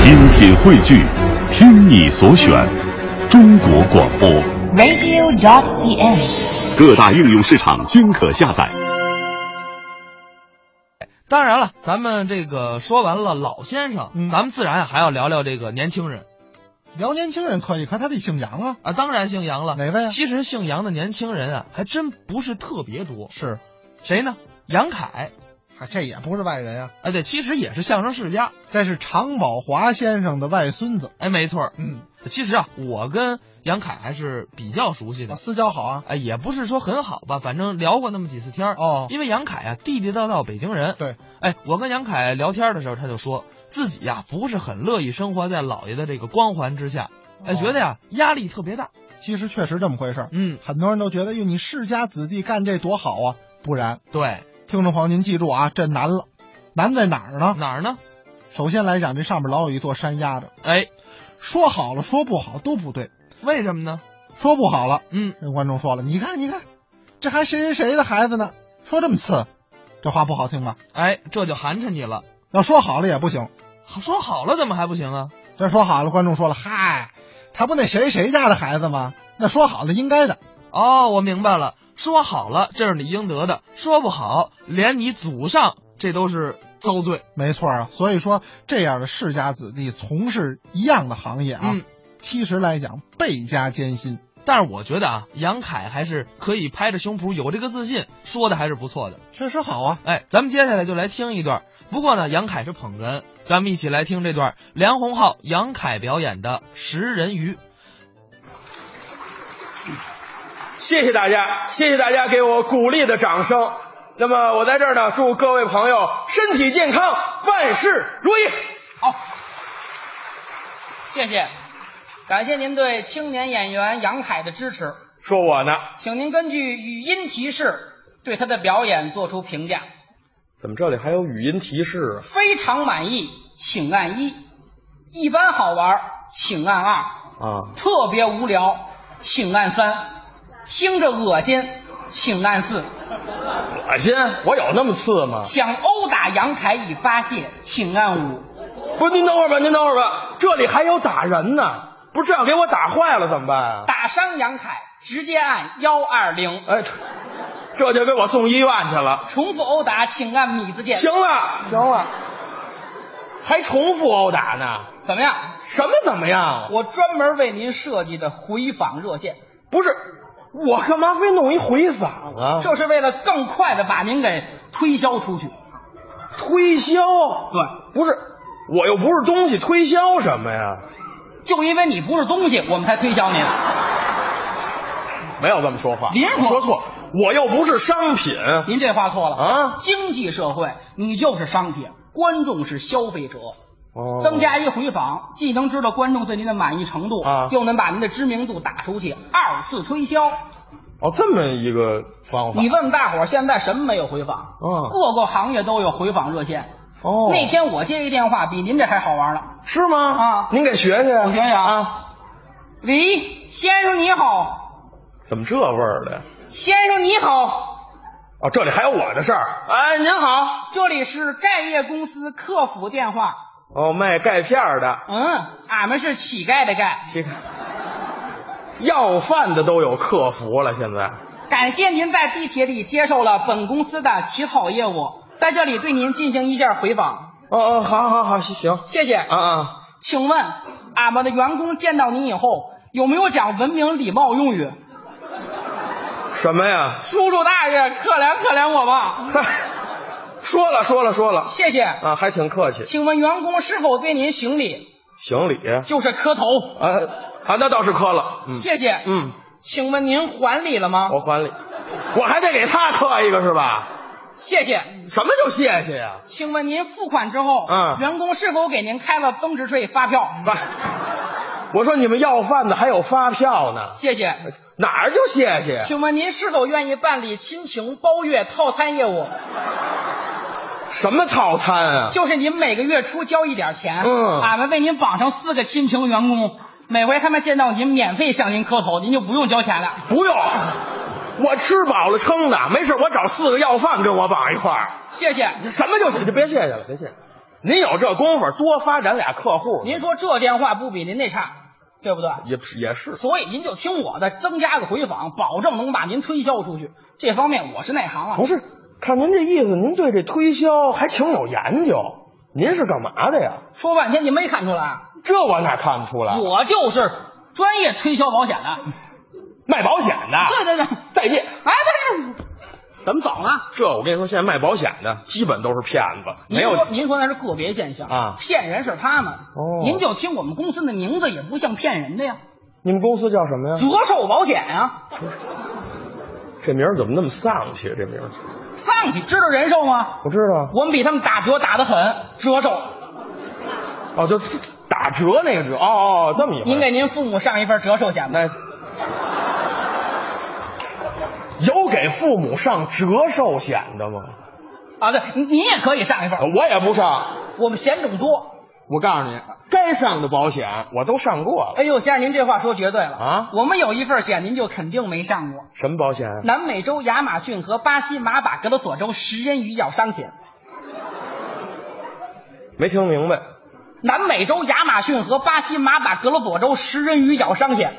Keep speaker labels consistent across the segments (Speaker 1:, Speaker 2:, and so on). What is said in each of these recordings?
Speaker 1: 精品汇聚，听你所选，中国广播。
Speaker 2: radio.cn。
Speaker 1: 各大应用市场均可下载。
Speaker 3: 当然了，咱们这个说完了老先生，
Speaker 4: 嗯
Speaker 3: 咱们自然还要聊聊这个年轻人
Speaker 4: 聊年轻人可以，可他得姓杨啊。
Speaker 3: 啊。当然姓杨了，
Speaker 4: 哪位啊？
Speaker 3: 其实姓杨的年轻人啊，还真不是特别多。
Speaker 4: 是，
Speaker 3: 谁呢？杨凯，
Speaker 4: 啊，这也不是外人啊，
Speaker 3: 哎，对，其实也是相声世家。
Speaker 4: 这是常宝华先生的外孙子。
Speaker 3: 哎，没错儿，
Speaker 4: 嗯，
Speaker 3: 其实啊，我跟杨凯还是比较熟悉
Speaker 4: 啊
Speaker 3: 的。
Speaker 4: 私交好啊。
Speaker 3: 哎，也不是说很好吧，反正聊过那么几次天儿。
Speaker 4: 哦，
Speaker 3: 因为杨凯啊，地地道道北京人。
Speaker 4: 对，
Speaker 3: 哎，我跟杨凯聊天的时候，他就说自己呀、不是很乐意生活在老爷的这个光环之下，哎，
Speaker 4: 哦
Speaker 3: 觉得呀、压力特别大。
Speaker 4: 其实确实这么回事儿。
Speaker 3: 嗯，
Speaker 4: 很多人都觉得，哟，你世家子弟干这多好啊。不然，
Speaker 3: 对，
Speaker 4: 听众朋友您记住啊，这难了。难在哪儿呢？
Speaker 3: 哪儿呢？
Speaker 4: 首先来讲，这上面老有一座山压着。
Speaker 3: 哎，
Speaker 4: 说好了，说不好都不对。
Speaker 3: 为什么呢？
Speaker 4: 说不好了，
Speaker 3: 嗯，
Speaker 4: 人观众说了，你看，你看，这还谁谁谁的孩子呢？说这么次，这话不好听吧？
Speaker 3: 哎，这就寒碜你了。
Speaker 4: 要说好了也不行。
Speaker 3: 说好了怎么还不行啊？
Speaker 4: 这说好了，观众说了，嗨，他不那谁谁家的孩子吗？那说好了应该的，
Speaker 3: 哦，我明白了，说好了这是你应得的，说不好连你祖上这都是遭罪。
Speaker 4: 没错啊。所以说，这样的世家子弟从事一样的行业啊，
Speaker 3: 嗯，
Speaker 4: 其实来讲倍加艰辛。
Speaker 3: 但是我觉得啊，杨凯还是可以拍着胸脯有这个自信，说的还是不错的。
Speaker 4: 确实好啊，
Speaker 3: 哎，咱们接下来就来听一段。不过呢，杨凯是捧哏，咱们一起来听这段梁鸿浩、杨凯表演的《食人鱼》。
Speaker 5: 谢谢大家，谢谢大家给我鼓励的掌声。那么我在这儿呢，祝各位朋友身体健康，万事如意。
Speaker 6: 好，谢谢，感谢您对青年演员杨凯的支持，
Speaker 5: 说我呢，
Speaker 6: 请您根据语音提示对他的表演做出评价。
Speaker 5: 怎么这里还有语音提示啊？
Speaker 6: 非常满意，请按一；一般好玩，请按二；
Speaker 5: 啊，
Speaker 6: 特别无聊，请按三；听着恶心，请按四；
Speaker 5: 恶心，我有那么次吗？
Speaker 6: 想殴打杨凯以发泄，请按五。
Speaker 5: 不是，您等会儿吧，您等会儿吧，这里还有打人呢，不是这样给我打坏了怎么办啊？
Speaker 6: 打伤杨凯，直接按幺二零；
Speaker 5: 哎，这就给我送医院去了。
Speaker 6: 重复殴打，请按米字键。
Speaker 5: 行了，行了，还重复殴打呢？
Speaker 6: 怎么样？
Speaker 5: 什么怎么样？
Speaker 6: 我专门为您设计的回访热线，
Speaker 5: 不是，我干嘛非弄一回访啊？
Speaker 6: 这是为了更快的把您给推销出去。
Speaker 5: 推销？啊
Speaker 6: 对，
Speaker 5: 不是，我又不是东西，推销什么呀？
Speaker 6: 就因为你不是东西，我们才推销您。
Speaker 5: 没有这么说话，
Speaker 6: 您说
Speaker 5: 说错，我又不是商品
Speaker 6: 您这话错了
Speaker 5: 啊！
Speaker 6: 经济社会，你就是商品，观众是消费者。
Speaker 5: 哦
Speaker 6: 增加一回访，既能知道观众对您的满意程度，
Speaker 5: 啊
Speaker 6: 又能把您的知名度打出去，二次推销。
Speaker 5: 哦，这么一个方法。
Speaker 6: 你问问大伙儿，现在什么没有回访？
Speaker 5: 嗯
Speaker 6: 各个行业都有回访热线。
Speaker 5: 哦，
Speaker 6: 那天我接一电话，比您这还好玩呢。
Speaker 5: 是吗？
Speaker 6: 啊
Speaker 5: 您给学学，
Speaker 6: 我学学啊喂，先生你好，
Speaker 5: 怎么这味儿的呀？
Speaker 6: 先生你好，
Speaker 5: 哦，这里还有我的事儿。哎，您好。
Speaker 6: 这里是盖业公司客服电话。
Speaker 5: 哦，卖钙片儿的，
Speaker 6: 嗯，俺们是乞丐的丐，
Speaker 5: 这个要饭的都有客服了，现在。
Speaker 6: 感谢您在地铁里接受了本公司的乞讨业务，在这里对您进行一下回访，
Speaker 5: 哦哦，好好好，行行
Speaker 6: 谢谢。
Speaker 5: 啊啊。
Speaker 6: 请问俺们的员工见到您以后有没有讲文明礼貌用语？
Speaker 5: 什么呀？
Speaker 6: 叔叔大爷，可怜可怜我吧，
Speaker 5: 嗨，说了说了说了
Speaker 6: 谢谢。
Speaker 5: 啊，还挺客气。
Speaker 6: 请问员工是否对您行礼？
Speaker 5: 行礼啊
Speaker 6: 就是磕头，
Speaker 5: 啊，那倒是磕了。嗯
Speaker 6: 谢谢。
Speaker 5: 嗯，哦
Speaker 6: 请问您还礼了吗？
Speaker 5: 我还礼，我还得给他磕一个是吧？
Speaker 6: 谢谢。
Speaker 5: 什么就谢谢呀、
Speaker 6: 请问您付款之后，
Speaker 5: 嗯
Speaker 6: 员工是否给您开了增值税发票？
Speaker 5: 不是我说你们要饭的还有发票呢，
Speaker 6: 谢谢。
Speaker 5: 哪儿就谢谢呀？
Speaker 6: 请问您是否愿意办理亲情包月套餐业务？
Speaker 5: 什么套餐啊？
Speaker 6: 就是您每个月初交一点钱，
Speaker 5: 嗯
Speaker 6: 俺们为您绑上四个亲情员工，每回他们见到您免费向您磕头，您就不用交钱了。
Speaker 5: 不用，我吃饱了撑的，没事，我找四个要饭跟我绑一块儿。
Speaker 6: 谢谢。
Speaker 5: 什么就谢，就别谢谢了，别谢谢。您有这功夫，多发展俩客户。
Speaker 6: 您说这电话不比您那差，对不对？
Speaker 5: 也是也是，
Speaker 6: 所以您就听我的，增加个回访，保证能把您推销出去。这方面我是内行啊
Speaker 5: 不。是？看您这意思，您对这推销还挺有研究。您是干嘛的呀？
Speaker 6: 说半天您没看出来啊，
Speaker 5: 这我哪看得出来？
Speaker 6: 我就是专业推销保险
Speaker 5: 啊
Speaker 6: 的。
Speaker 5: 卖保险的。
Speaker 6: 对对对，
Speaker 5: 再见。
Speaker 6: 哎，不是，怎么走了？
Speaker 5: 这我跟你说，现在卖保险的基本都是骗子，没
Speaker 6: 您
Speaker 5: 有
Speaker 6: 说您说那是个别现象
Speaker 5: 啊
Speaker 6: 骗人是他们。
Speaker 5: 哦
Speaker 6: 您就听我们公司的名字，也不像骗人的呀，
Speaker 5: 你们公司叫什么呀？
Speaker 6: 折寿保险啊，
Speaker 5: 这名儿怎么那么丧气？啊这名儿
Speaker 6: 上去知道人寿吗？
Speaker 5: 我知道
Speaker 6: 我们比他们打折打得很，折寿。
Speaker 5: 哦，就打折那个折哦哦，这么一回
Speaker 6: 您给您父母上一份折寿险吧。
Speaker 5: 那有给父母上折寿险的吗？呃
Speaker 6: 啊，对，您您也可以上一份，
Speaker 5: 我也不上。
Speaker 6: 我们险种多。
Speaker 5: 我告诉你，该上的保险我都上过了。
Speaker 6: 哎呦，先生，您这话说绝对了
Speaker 5: 啊
Speaker 6: 我们有一份险，您就肯定没上过。
Speaker 5: 什么保险？啊
Speaker 6: 南美洲亚马逊和巴西马把格罗索州食人鱼咬伤险。
Speaker 5: 没听明白。
Speaker 6: 南美洲亚马逊和巴西马把格罗索州食人鱼咬伤险。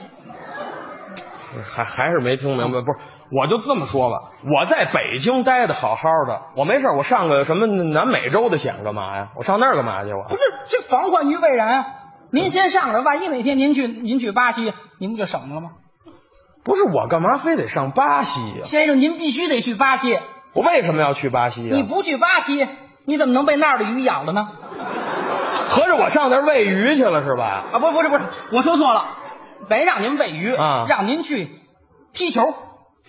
Speaker 5: 还还是没听明白，不是，我就这么说吧，我在北京待的好好的，我没事儿，我上个什么南美洲的险干嘛呀？我上那儿干嘛去？
Speaker 6: 不
Speaker 5: 我
Speaker 6: 是，这防患于未然啊！您先上着，万一哪天您去您去巴西，您不就省了吗？
Speaker 5: 不是我干嘛非得上巴西呀、
Speaker 6: 先生，您必须得去巴西，
Speaker 5: 我为什么要去巴西呀、
Speaker 6: 你不去巴西，你怎么能被那儿的鱼咬了呢？
Speaker 5: 合着我上那儿喂鱼去了是吧？
Speaker 6: 啊，不是不是不是，我说错了，没让您喂鱼
Speaker 5: 啊
Speaker 6: 让您去踢球。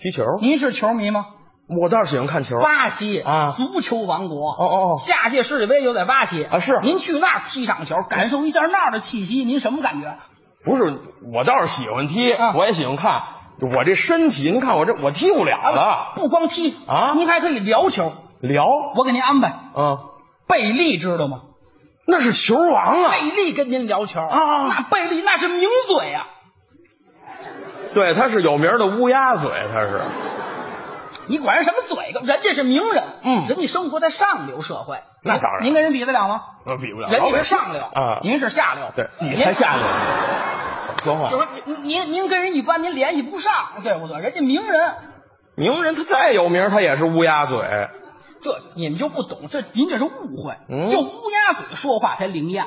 Speaker 5: 踢球？
Speaker 6: 您是球迷吗？
Speaker 5: 我倒是喜欢看球。
Speaker 6: 巴西
Speaker 5: 啊
Speaker 6: 足球王国。
Speaker 5: 哦哦哦
Speaker 6: 下届世界杯就在巴西
Speaker 5: 啊是
Speaker 6: 您去那儿踢场球，感受一下那儿的气息，您什么感觉？
Speaker 5: 不是，我倒是喜欢踢，
Speaker 6: 啊
Speaker 5: 我也喜欢看。我这身体，您看我这我踢不了了。
Speaker 6: 不光踢
Speaker 5: 啊
Speaker 6: 您还可以聊球。
Speaker 5: 聊，
Speaker 6: 我给您安排，
Speaker 5: 嗯，
Speaker 6: 贝利知道吗？
Speaker 5: 那是球王啊！
Speaker 6: 贝利跟您聊球
Speaker 5: 啊
Speaker 6: 那贝利那是名嘴啊！
Speaker 5: 对，他是有名的乌鸦嘴，他是。
Speaker 6: 你管人什么嘴个，人家是名人，
Speaker 5: 嗯
Speaker 6: 人家生活在上流社会，
Speaker 5: 那当然
Speaker 6: 您跟人比得了吗？
Speaker 5: 我呃比不了
Speaker 6: 人
Speaker 5: 老
Speaker 6: 家
Speaker 5: 百
Speaker 6: 是
Speaker 5: 姓
Speaker 6: 上流
Speaker 5: 啊
Speaker 6: 您是下流，
Speaker 5: 对你才下流
Speaker 6: 您。
Speaker 5: 说
Speaker 6: 就
Speaker 5: 话
Speaker 6: 是说您您您跟人一般，您联系不上，对不对？人家名人，
Speaker 5: 名人他再有名，他也是乌鸦嘴。
Speaker 6: 这你们就不懂，这您这是误会。
Speaker 5: 嗯啊
Speaker 6: 就乌鸦嘴说话才灵验。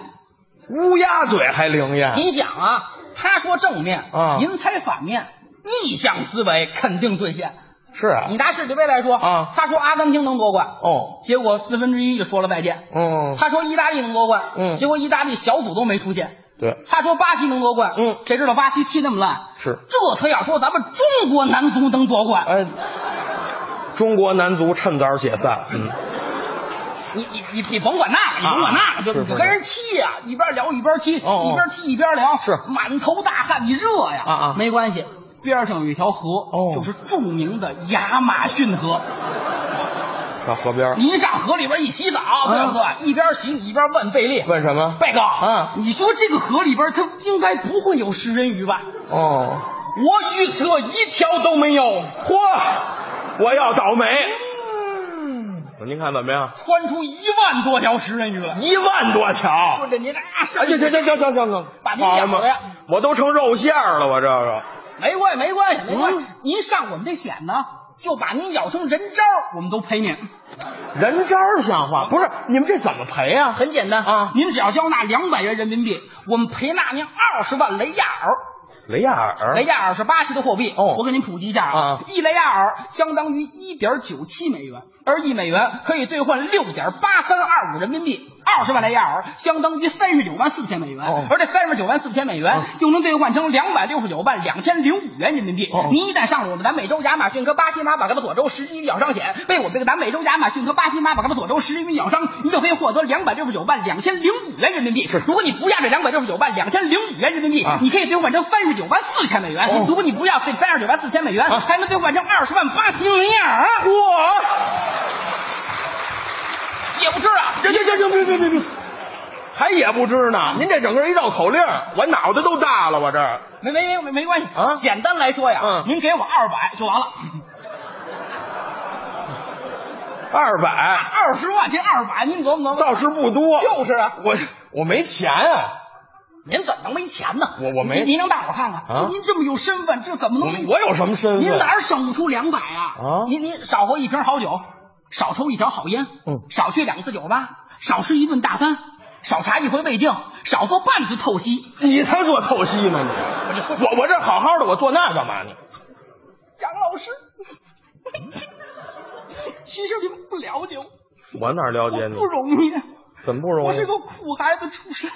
Speaker 5: 乌鸦嘴还灵验，
Speaker 6: 您想啊，他说正面
Speaker 5: 啊
Speaker 6: 您猜反面，逆向思维肯定兑现。
Speaker 5: 是啊
Speaker 6: 你，拿世界杯来说
Speaker 5: 啊
Speaker 6: 他说阿根廷能夺冠，
Speaker 5: 哦，
Speaker 6: 结果四分之一就说了再见。
Speaker 5: 嗯，
Speaker 6: 他说意大利能夺冠，
Speaker 5: 嗯
Speaker 6: 结果意大利小组都没出现。
Speaker 5: 对，
Speaker 6: 他说巴西能夺冠，
Speaker 5: 嗯
Speaker 6: 谁知道巴西踢那么烂？
Speaker 5: 是
Speaker 6: 这他要说咱们中国男足能夺冠，
Speaker 5: 哎，中国男足趁早解散，嗯，
Speaker 6: 你你你你甭管那个，你甭管那个，
Speaker 5: 啊
Speaker 6: 就是你
Speaker 5: 是
Speaker 6: 就跟人踢呀、一边聊一边踢，
Speaker 5: 哦
Speaker 6: 一边踢一边聊，
Speaker 5: 是
Speaker 6: 满头大汗，你热呀，
Speaker 5: 啊啊
Speaker 6: 没关系。边上有一条河，
Speaker 5: 哦
Speaker 6: 就是著名的亚马逊河。
Speaker 5: 到河边儿
Speaker 6: 您上河里边一洗澡，
Speaker 5: 啊
Speaker 6: 对不对？一边洗你一边问贝利，
Speaker 5: 问什么？
Speaker 6: 贝哥，
Speaker 5: 啊
Speaker 6: 你说这个河里边它应该不会有食人鱼吧？
Speaker 5: 哦，
Speaker 6: 我预测一条都没有。
Speaker 5: 嚯，我要倒霉。您看怎么样？
Speaker 6: 窜出一万多条食人鱼来，
Speaker 5: 一万多条！
Speaker 6: 说这您啊，上
Speaker 5: 哎，行行行行行行行，
Speaker 6: 把您养
Speaker 5: 好
Speaker 6: 的呀
Speaker 5: 嘛我都成肉馅儿了，我这个。
Speaker 6: 没关系，没关系，没关系。您上我们这险呢，就把您咬成人渣儿，我们都赔您。
Speaker 5: 人渣儿像话，不是你们这怎么赔呀、
Speaker 6: 很简单
Speaker 5: 啊
Speaker 6: 您只要交纳两百元人民币，我们赔纳您二十万雷亚尔。
Speaker 5: 雷亚尔，
Speaker 6: 雷亚尔是巴西的货币，
Speaker 5: 哦
Speaker 6: 我给您普及一下
Speaker 5: 啊
Speaker 6: 一雷亚尔相当于一点九七美元，而一美元可以兑换六点八三二五人民币。二十万雷亚尔相当于三十九万四千美元，
Speaker 5: 哦
Speaker 6: 而这三十九万四千美元
Speaker 5: 啊
Speaker 6: 又能兑换成两百六十九万两千零五元人民币。
Speaker 5: 哦
Speaker 6: 您一旦上了我们南美洲亚马逊和巴西马把格巴索州食人鱼咬伤险，被我们这个南美洲亚马逊和巴西马把格巴索州食人鱼咬伤，您就可以获得两百六十九万两千零五元人民币。如果你不要这两百六十九万两千零五元人民币，
Speaker 5: 啊
Speaker 6: 你可以兑换成三十九万四千美元。
Speaker 5: 哦
Speaker 6: 如果你不要这三十九万四千美元，
Speaker 5: 啊
Speaker 6: 还能兑换成二十万巴西雷亚尔。
Speaker 5: 哇！
Speaker 6: 也不知啊道，
Speaker 5: 这这这这别别别别，还也不知呢。您这整个一绕口令，我脑袋都大了，我这儿
Speaker 6: 没没没没没关系
Speaker 5: 啊
Speaker 6: 简单来说呀，
Speaker 5: 嗯
Speaker 6: 您给我二百就完了。
Speaker 5: 二百，
Speaker 6: 二十万，这二百您琢磨琢磨，
Speaker 5: 倒是不多。
Speaker 6: 就是啊，
Speaker 5: 我我没钱啊，
Speaker 6: 您怎么能没钱呢？
Speaker 5: 我我没
Speaker 6: 您您让大伙儿看看，
Speaker 5: 啊
Speaker 6: 就您这么有身份，这怎么
Speaker 5: 我
Speaker 6: 能没？
Speaker 5: 我有什么身份？
Speaker 6: 您哪儿省得出两百啊？
Speaker 5: 啊
Speaker 6: 您您少喝一瓶好酒，少抽一条好烟，
Speaker 5: 嗯
Speaker 6: 少去两次酒吧，少吃一顿大餐，少查一回胃镜，少做半次透析。
Speaker 5: 你才做透析呢你！我我这好好的，我做那干嘛你？
Speaker 6: 杨老师，其实你们不了解我，
Speaker 5: 我哪了
Speaker 6: 我
Speaker 5: 解你
Speaker 6: 不？容易，啊
Speaker 5: 怎么不容
Speaker 6: 我
Speaker 5: 易
Speaker 6: 是？个苦孩子出身，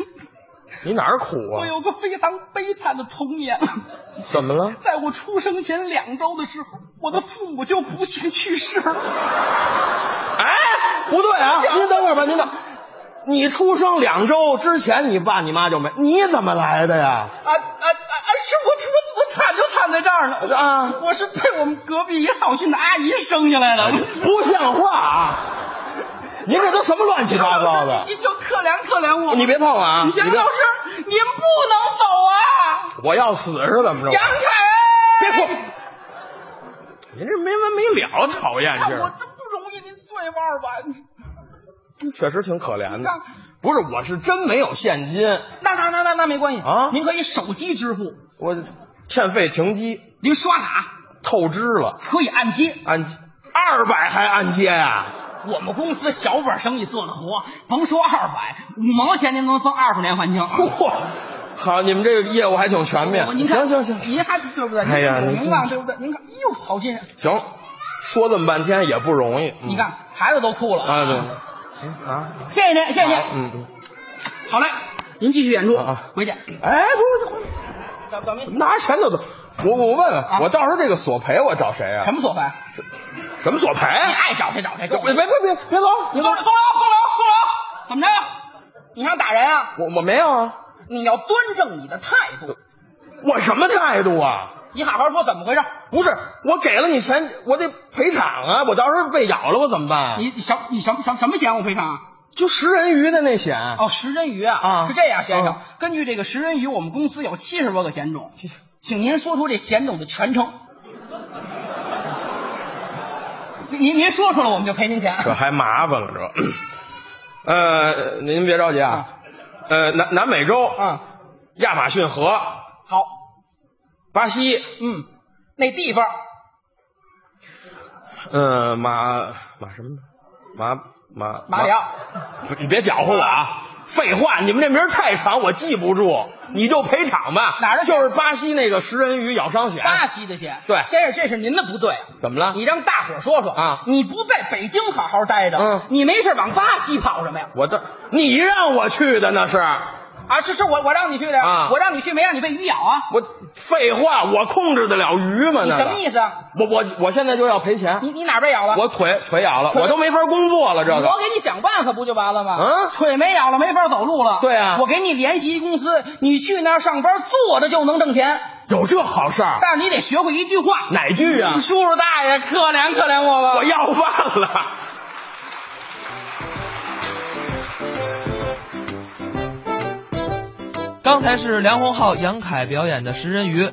Speaker 5: 你哪儿苦
Speaker 6: 我
Speaker 5: 啊？
Speaker 6: 有个非常悲惨的童年。
Speaker 5: 怎么了？
Speaker 6: 在我出生前两周的时候，我的父母就不幸去世了。
Speaker 5: 哎，不对啊！您等会儿吧，您等。你出生两周之前，你爸你妈就没，你怎么来的呀？
Speaker 6: 啊啊啊啊！是我我我惨就惨在这儿呢。
Speaker 5: 啊，哎
Speaker 6: 我是被我们隔壁一好心的阿姨生下来的。
Speaker 5: 不像话啊！您这都什么乱七八糟的？
Speaker 6: 您就可怜可怜我。
Speaker 5: 你别碰我啊！你
Speaker 6: 杨
Speaker 5: 别
Speaker 6: 老，师，您不能走啊！
Speaker 5: 我要死是怎么着
Speaker 6: 杨？
Speaker 5: 别
Speaker 6: 凯，
Speaker 5: 碰！您这没完没了，讨厌劲
Speaker 6: 看我
Speaker 5: 儿，嗯
Speaker 6: 这不容易，您对腕儿吧？
Speaker 5: 确实挺可怜
Speaker 6: 你
Speaker 5: 的
Speaker 6: 看。
Speaker 5: 不是，我是真没有现金，
Speaker 6: 那那那那那没关系
Speaker 5: 啊
Speaker 6: 您可以手机支付，
Speaker 5: 我欠费停机，
Speaker 6: 您刷卡
Speaker 5: 透支了，
Speaker 6: 可以按揭。
Speaker 5: 按二百还按揭啊呀、
Speaker 6: 我们公司小本生意做的活，甭说二百，五毛钱您能分二十年还清。
Speaker 5: 嚯，好，你们这个业务还挺全 面
Speaker 6: 我您。哦看
Speaker 5: 行行行，
Speaker 6: 您还对不对？
Speaker 5: 哎呀
Speaker 6: 您
Speaker 5: 您
Speaker 6: 看对不对？您看，哎呦，好心人！
Speaker 5: 行，说这么半天也不容易。嗯
Speaker 6: 你看，嗯孩子都哭了。
Speaker 5: 啊，对，啊，
Speaker 6: 谢谢您，谢谢您。
Speaker 5: 嗯嗯。
Speaker 6: 好嘞，您继续演出
Speaker 5: 啊啊，
Speaker 6: 回去。
Speaker 5: 哎，不是，
Speaker 6: 怎怎么
Speaker 5: 拿钱的都，我我问问，
Speaker 6: 啊
Speaker 5: 我到时候这个索赔我找谁
Speaker 6: 什
Speaker 5: 啊？
Speaker 6: 么索赔？
Speaker 5: 什么索赔？
Speaker 6: 你哎爱找谁找谁，跟我
Speaker 5: 别别别别别走！
Speaker 6: 你松手，松手，松手，怎么着？你想打人啊？
Speaker 5: 我我没有啊，
Speaker 6: 你要端正你的态度，
Speaker 5: 我什么态度啊？
Speaker 6: 你好好说怎么回事。
Speaker 5: 不是，我给了你钱，我得赔偿啊！我到时候被咬了，我怎么办啊？
Speaker 6: 你什你什么什么什么嫌我赔偿啊？
Speaker 5: 就食人鱼的那险，
Speaker 6: 哦，食人鱼啊，
Speaker 5: 啊
Speaker 6: 是这样，先生，
Speaker 5: 嗯
Speaker 6: 根据这个食人鱼，我们公司有七十多个险种，请您说出这险种的全称。您您说出来，我们就赔您钱。
Speaker 5: 这还麻烦了这。呃，您别着急啊，呃，南南美洲、
Speaker 6: 嗯，
Speaker 5: 亚马逊河、
Speaker 6: 好，
Speaker 5: 巴西，
Speaker 6: 嗯，那地方
Speaker 5: 嗯、马马什么？马马
Speaker 6: 马里奥，
Speaker 5: 你别搅和我啊！废话，你们这名儿太长，我记不住，你就赔偿吧。
Speaker 6: 哪儿的险
Speaker 5: 就是巴西那个食人鱼咬伤险。
Speaker 6: 巴西的险。
Speaker 5: 对
Speaker 6: 先生，这是您的不对啊。
Speaker 5: 怎么了？
Speaker 6: 你让大伙儿说说
Speaker 5: 啊
Speaker 6: 你不在北京好好待着，
Speaker 5: 嗯
Speaker 6: 你没事往巴西跑什么呀？
Speaker 5: 我这你让我去的那是
Speaker 6: 啊，是是我我让你去的呀
Speaker 5: 啊
Speaker 6: 我让你去没让你被鱼咬啊？
Speaker 5: 我废话，我控制得了鱼吗？
Speaker 6: 你
Speaker 5: 那
Speaker 6: 什
Speaker 5: 个
Speaker 6: 么意思啊？
Speaker 5: 我我我现在就要赔钱，
Speaker 6: 你你哪儿被咬了？
Speaker 5: 我腿腿咬了，
Speaker 6: 腿
Speaker 5: 我都没法工作了。这个
Speaker 6: 我给你想办法不就完了吗？
Speaker 5: 嗯
Speaker 6: 腿没咬了，没法走路了。
Speaker 5: 对啊
Speaker 6: 我给你联系一公司，你去那儿上班，坐着就能挣钱，
Speaker 5: 有这好事儿？
Speaker 6: 但是你得学会一句话。
Speaker 5: 哪句啊？
Speaker 6: 叔叔大爷，可怜可怜我吧。
Speaker 5: 我要饭了。
Speaker 3: 刚才是梁鸿浩、杨凯表演的食人鱼，哎